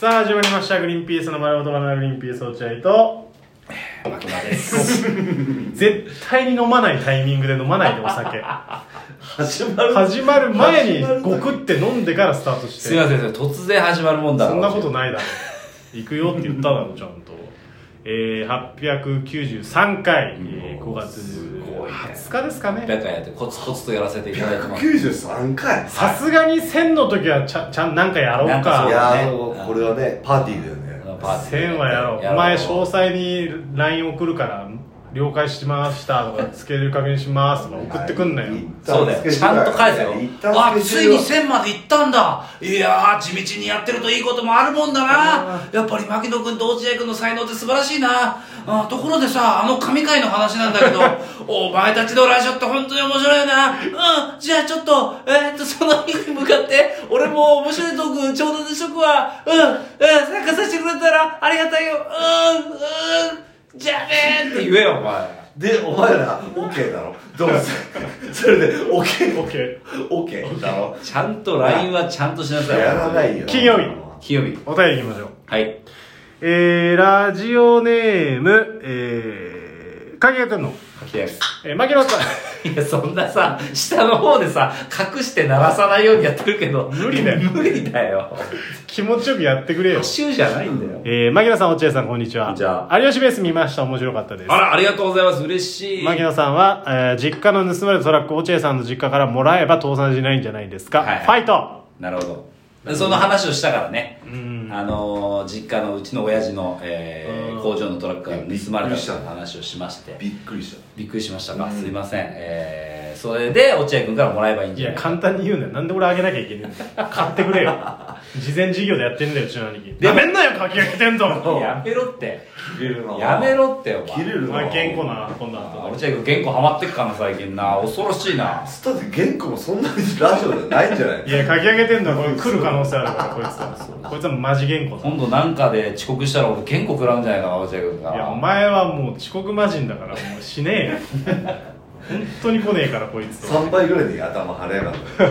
さあ始まりました「グリーンピースの丸ごとバナナグリーンピース落合」とマクマです。 絶対に飲まないタイミングで飲まないでお酒始まる。始まる前始まにるゴクって飲んでからスタートしてすいません、突然始まるもんだ。そんなことないだろ行くよって言っただろちゃんと、えー、893回、えー、5月すごいね20日ですかね百回やってコツコツとやらせていただいてます。 193回さすがに1000の時はちゃちゃんなんかやろうなんかかそういだやねーこれはねパーティーだよねパーティー1000はやろうお前詳細に LINE 送るから了解しましたとかスケジュール確認しますとか送ってくんなよそうだよ。ちゃんと返せよ一。旦あ、スケつジいュールに1000まで行ったんだ。いやー、地道にやってるといいこともあるもんだな。やっぱり牧野君と落合君の才能って素晴らしいな。あところでさ、あの神回の話なんだ けど、お前たちのラジオって本当に面白いよな。うん、じゃあちょっと、えー、っと、その日に向かって、俺も面白いトーク頂戴しとくわ。うん、うん、参加させてくれたらありがたいよ。うん、うん、じゃあねーって言えよ、お前。でお前ら OK だろどうせそれで OKOK、 OK だろちゃんと LINE はちゃんとしなさい。やらないよ金曜日金曜日。お便りいきましょうはい。えー、ラジオネームえー、影がくんのえー、牧野さん いや、そんなさ、下の方でさ、隠して鳴らさないようにやってるけど。無理だよ無理だよ。気持ちよくやってくれよ週じゃないんだよ。えー、牧野さん、落合さん、こんにちは。こんにちは有吉ベース見ました。面白かったですあ。ら、ありがとうございます。嬉しい。牧野さんは、えー実家の盗まれたトラックを落合さんの実家からもらえば倒産しないんじゃないですか。はいファイトなるほど。でその話をしたからね。んあのー、実家のうちの親父の、えー工場のトラックが盗まれたっていう話をしまして。びっくりしたびっくりしましたか。すいません。えー、それで、落合君からもらえばいいんいじゃや、ない簡単に言うなよ。なんで俺あげなきゃいけないんだよ。買ってくれよ。事前事業でやってんだよ、うちの兄貴。でやめんなよ、書き上げてんぞやめろって。切れるなやめろって、お切れ前。おるな前、健康な、今度あは。落合君、原稿ハマってっかな、最近な。恐ろしいな。スタって原稿もそんなにラジオじゃないんじゃないいや、書き上げてんだこれ来る可能性あるから、こいつは。こいつはマジ原稿だ。今度なんかで遅刻したら俺健康食らうんじゃないかな落合君がいやお前はもう遅刻魔人だからもうしねえよ本当に来ねえからこいつ3倍ぐらいで頭腫れ やがった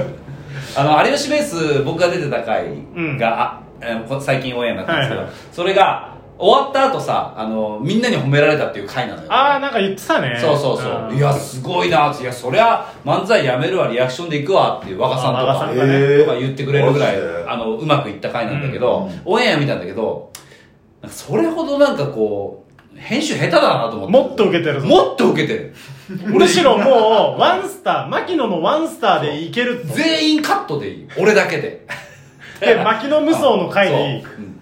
あの有吉ベース僕が出てた回が、あえーこ最近オンエアになったんですけど、はいはそれが終わった後さあのみんなに褒められたっていう回なのよああなんか言ってたねそうそうそう、んいやすごいなっていやそりゃ漫才やめるわリアクションでいくわっていう若さんとあか若さんとがねえか言ってくれるぐらい、あのうまくいった回なんだけど、オンエア見たんだけどなんかそれほどなんかこう編集下手だなと思ってもっと受けてるぞもっと受けてるむしろもうワンスター牧野のワンスターでいける全員カットでいい俺だけでで牧野無双の回でいいそううん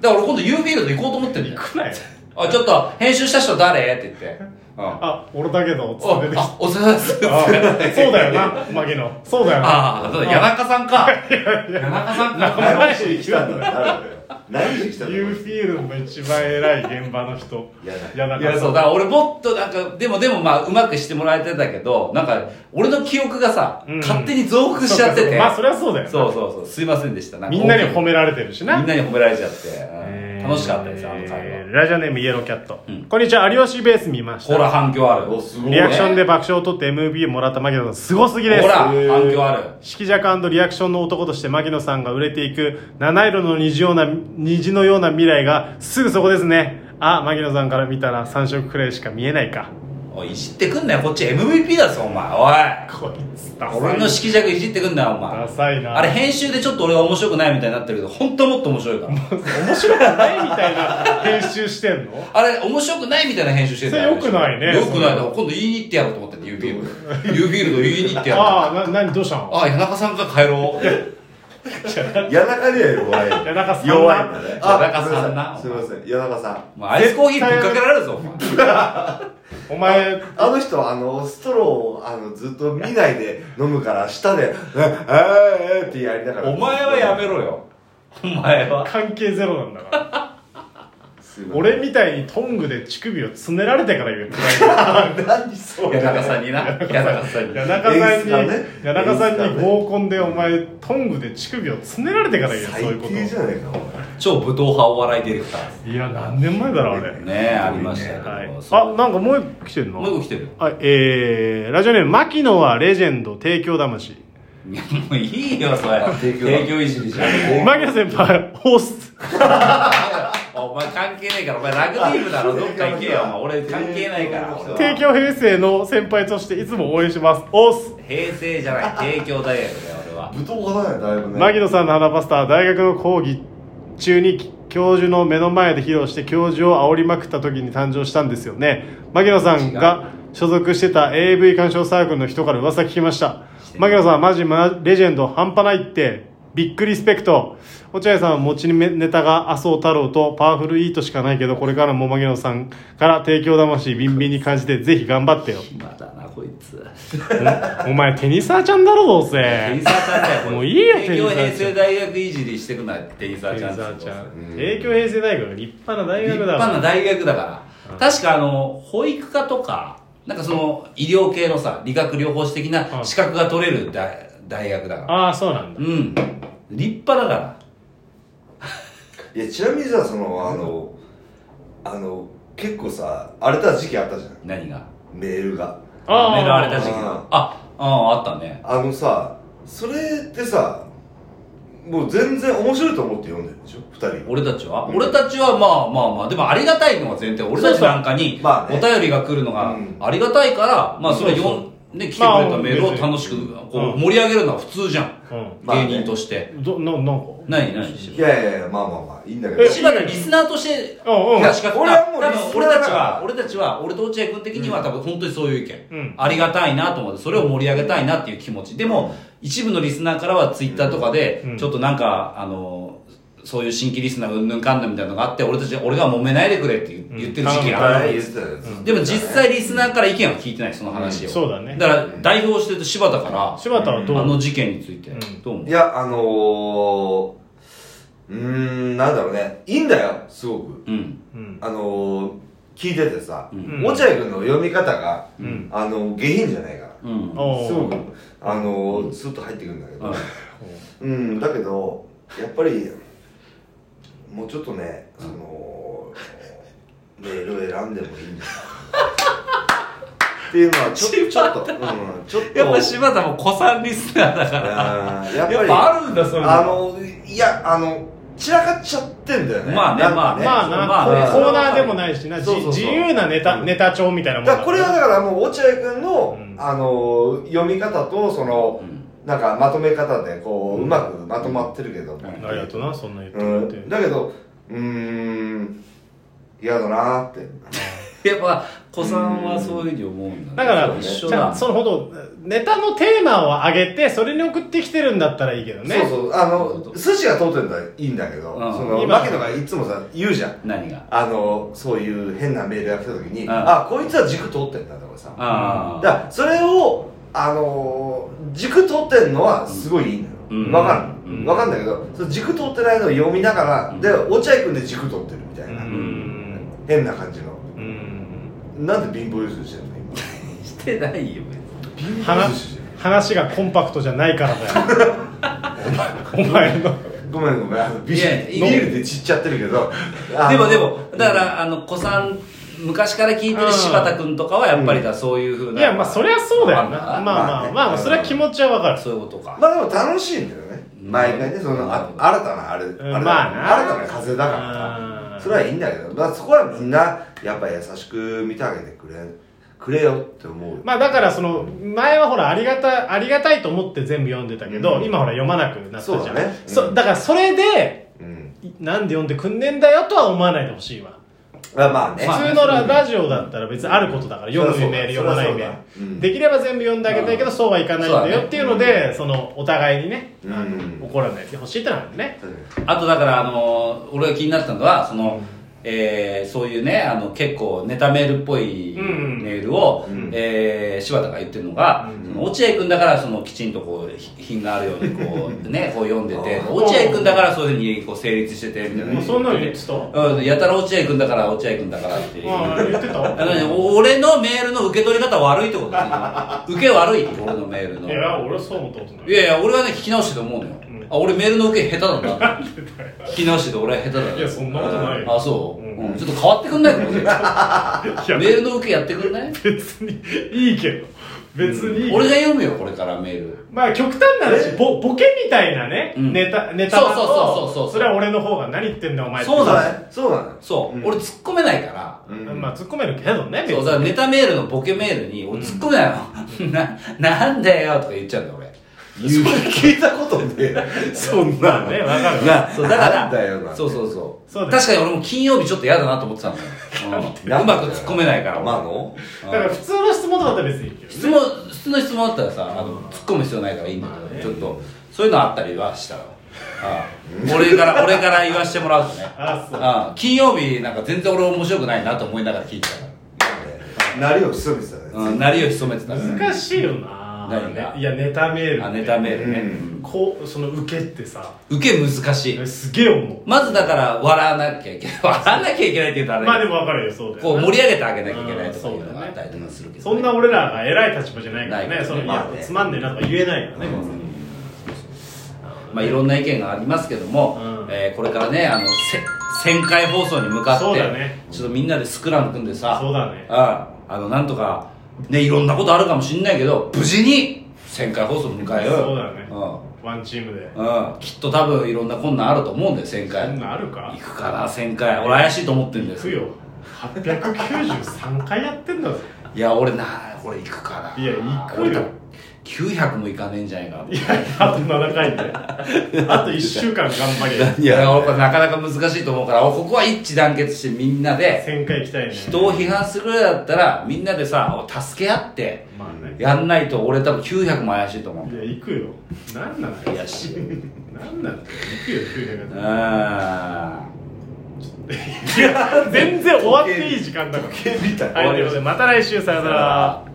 だから俺今度ユーフィールド行こうと思ってんだよ来ないあちょっと編集した人誰って言ってうんああ俺だけどつって出てきたあお世話ですあそうだよな牧野そうだよなああただ谷中さんか 谷中さんか何しに来たんだろなるよ何しに来たんだユろーフィールドの一番偉い現場の人いやだやだいかやらそうだから俺もっとなんかでもでもまあうまくしてもらえてたけどなんか俺の記憶がさ、うん勝手に増幅しちゃってそうかそうてかまあそりゃそうだよなそうそうそうすいませんでしたなんかみんなに褒められてるしなみんなに褒められちゃって、えうんー楽しかったですあの会話ラジオネームイエローキャット、うんこんにちは有吉ベース見ましほたら反響あるおすごいねリアクションで爆笑を取って MV もらった牧野さんすごすぎですほら反へー響ある色弱リアクションの男として牧野さんが売れていく七色の虹ような虹のような未来がすぐそこですねあ牧野さんから見たら3色くらいしか見えないかおいいじってくんなよこっち MVP だぞお前こいつダおサいい俺の色弱いじってくんなよおダ前サいなあれ編集でちょっと俺が面白くないみたいになってるけど本当はもっと面白いから面白くないみたいな編集してんのあれ面白くないみたいな編集してたそれ良くないねよくないだから今度言いに行ってやろうと思ってんだユーフィールドユーフィールド言いに行ってやろうあ ああな何どうしたのあ谷中さんが帰ろう谷中には弱い谷中さんな弱いんだねあ谷中さんなすみませんすいません谷中さんお前アイスコーヒーぶっかけられるぞお前お前あの人はあのストローをあのずっと見ないで飲むから舌で「ええー、えーってやりながらお前はやめろよお前は関係ゼロなんだからすいません俺みたいにトングで乳首をつねられてから言ってない何そ谷れ中さんにな谷中さん に谷中さんに、演出がね谷中さん演出にがね合コンでお前トングで乳首をつねられてから言うそうい最うこ低じゃとないかお前超武闘派お笑いディレクターいや何年前だろうあれ、ねえありましたけど、はい、そあうなんかもう一個来てるのもう一個来てるはいえー、ラジオネーム「牧野はレジェンド提供魂いやもういいよそれ提供提供いじりじゃん牧野先輩ホースお前関係ないからお前ラグビー部だろどっか行けよお前俺関係ないから俺は帝京平成の先輩としていつも応援しますオス平成じゃない帝京大学だよ俺は武闘派だねだいぶね牧野さんの花パスタは大学の講義中に教授の目の前で披露して教授を煽りまくった時に誕生したんですよね牧野さんが所属してた AV 鑑賞サークルの人から噂聞きました牧野さんはマジマレジェンド半端ないってびっくりスペクト落合さんは持ちネタが麻生太郎とパワフルイートしかないけどこれからも牧野さんから提供魂ビンビンに感じてぜひ頑張ってよ暇だなこいつお前テニサーちゃんだろどうテニせサーちゃんだよこれもういいよ帝京テニサーちゃん平成大学いじりしてくなテニサーテちニゃんサーちゃ立ん帝京平成大学立派な大学だわ派な大学だから確かあの保育科とかなんかその医療系のさ理学療法士的うなん資格が取れる大大学だからああそうなんだうん立派だからいやちなみにさそのあのあの結構さ荒れた時期あったじゃん何がメールがあーメール荒れた時期があああったねあのさそれってさもう全然面白いと思って読んでるでしょ二人は俺たちは、うん俺たちはまあまあまあでもありがたいのが前提俺たちなんかにまあおね便りが来るのがうんありがたいから、まあそれそうそう読んで来てくれたメールをまあ楽しくこううん盛り上げるのは普通じゃん、うまあね芸人としてんどななんか何何しいやいやいやまあまあまあいいんだけどえ一番リスナーとしてうんうんいやしか俺はもう多リスナー分俺たちだからは俺たちは俺と落合君的には多分本当にそういう意見、うんありがたいなと思ってそれを盛り上げたいなっていう気持ちでも一部のリスナーからはツイッターとかで、うんちょっとなんかあのそういう新規リスナーうんぬんかんぬんみたいなのがあって俺たち俺が揉めないでくれって言,、んってる時期いがあやる言ってたよずっとでも実際リスナーから意見は聞いてないその話を、そうだねだから代表してる柴田から柴田はどうあの事件について、うんどう思ういやあのーうーんなんだろうねいいんだよすごくうんうんあのー聞いててさうん落合君の読み方がうんあの下品じゃないからうんおーすごくあのースッと入ってくるんだけどうんうんだけどやっぱりもうちょっとねそのメールを選んでもいいんじゃないっていうのはちょちょっと、うん、ちょっとやっぱ柴田も子さんリスナーだからあーやっやぱっりぱあるんだそういうあのいやあの散らかっちゃってんだよねまあねなんかまあねまあな、まあねコーナーでもないしな、じそうそうそう自由なネタ、うんネタ帳みたいなもんだからこれはだかからもう落合君の、うんあの読み方とそのうんなんかまとめ方でこう、ううんまくまとまってるけど、んらありがとうな、そんな言ってうくれて。ん、だけどうーん嫌だなって やっぱ子さんはそういうふうに思うんだだねから、一緒じゃだあそのほど、ネタのテーマを上げて、それに送ってきてるんだったらいいけどね。そうそうあそうそのう筋が通ってるんだいいんだけど、うんその今牧野がいつもさ言うじゃん何があのそういう変なメールが来た時に、うんあこいつは軸通ってんだとかさ、ああだからそれをあのー軸取ってんのはすごいいいのよ、うんわかる、うんわかるんだけどその軸取ってないのを読みながら、うんで落合君で軸取ってるみたいな、うん。変な感じのうん。なんで貧乏ゆすりしてるのしてないよ別に今貧乏ゆ話すりしてる話がコンパクトじゃないからだ よ。お前の。ごめんごめんあのビいやいシいよビールで散っちゃってるけどあ でのもでもだからあの子さん昔から聞いてる柴田君とかはやっぱりだそういうふういなや、まあ、そりゃそうだよな。ままああままああねまあ、それは気持ちはわかる。そういうことかまあでも楽しいんだよね毎回ねそのあうん新たなあれあれだんまあな新たな風だかうらんそれはいいんだけど、まあ、そこはみんなやっぱ優しく見てあげてくれくれよって思うよまあだからその前はほらありがたありがたいと思って全部読んでたけど、うん今ほら読まなくなったじゃんそうだねうんそだからそれでうんいなんで読んでくんねえんだよとは思わないでほしいわまあまあね、まあ普通のラ,、ラジオだったら別にあることだからそりゃ読そうだむメール読まないそりメゃそうーだル、うんできれば全部読んであげたいけど、うんそうはいかないんだそうだよねっていうので、そのお互いにね、うんあの怒らないでほしいってのはあるねあとだからあの俺が気になってたのはその、えーそういうねあの結構ネタメールっぽいメうんールを、うんえー柴田が言ってるのが、うんその落合君だからそのきちんとこうひ品があるように こうねこう読んでてあー落合君だからそういうふうにこう成立しててみたいな、もうそんなの言ってた、うん、やたら落合君だから落合君だからっていう。ああ言ってたあのねお俺のメールの受け取り方悪いってことその受け悪い俺のメールのいや俺はそう思ったことないいやいや俺はね聞き直してて思うのよ、んあ俺メールの受け下手だなって聞き直してて俺は下手だないやそんなことないよあそう、うんうんちょっと変わってくんないかメいやールの受けやってくんない別にいいけど別に、俺が読むよこれからメールまあ極端な話ボボケみたいなね、うんネタネタだとそうそうそうそうそうそれは俺の方が何言ってんだお前ってそうだねそうなのそう、ん俺突っ込めないからううんんまあ突っ込めるけどね別そうにだからネタメールのボケメールに俺突っ込め ないの、ななんだよとか言っちゃうんだ俺言う聞いたことねえそんなのねわかるなそうだからなんだよなそうそうそうそうだよ確かに俺も金曜日ちょっと嫌だなと思ってたんだよ、うんうまく突っ込めないから俺まあのだから普通の質問とかだったら別にいいけど質問普通の質問だったらさあの突っ込む必要ないからいいんだけど、ちょっとそういうのあったりはしたらああ 俺から俺から言わしてもらうとねあそうああ金曜日なんか全然俺面白くないなと思いながら聞いてたなりを潜めてたねから、うん、鳴りを潜めてたから、難しいよな何がいやネタメールってあネタメールね、うんこうその受けってさ受け難しいすげえ思うまずだから笑わなきゃいけない笑わなきゃいけないって言うとあれまあでもわかるよそうだよこうな盛り上げてあげなきゃいけないとかいううんのそうだがあねったりとかするけど、そんな俺らが偉い立場じゃないからなねいからねそのいまやあねつまんねえなとか言えないからねうんまあ、いろんな意見がありますけども、うんえーこれからねあのせ1000回放送に向かそっうて、だねちょっとみんなでスクラム組んでさそうだねああのなんとかねいろんなことあるかもしんないけど無事に1000回放送迎えようよそうだねうワンチームでん、うん、きっと多分いろんな困難あると思うんだよ1000そ回んなんあるか行くかな1000回俺怪しいと思ってるんで行すくよ893回やってんだぜいや俺なこれ行くかないいや行くよ900も行かねえんじゃないかいやあと7回であと1週間頑張りやいやだから俺これなかなか難しいと思うからここは一致団結してみんなで1000回行きたいね人を批判するぐらいだったらみんなでさ助け合ってまあねやんないと俺多分900も怪しいと思ういや行くよなんなんだいよやしなんなんだよ行くよ900回あ全然終わっていい時間だからみたいなはい、ということでまた来週さようなら。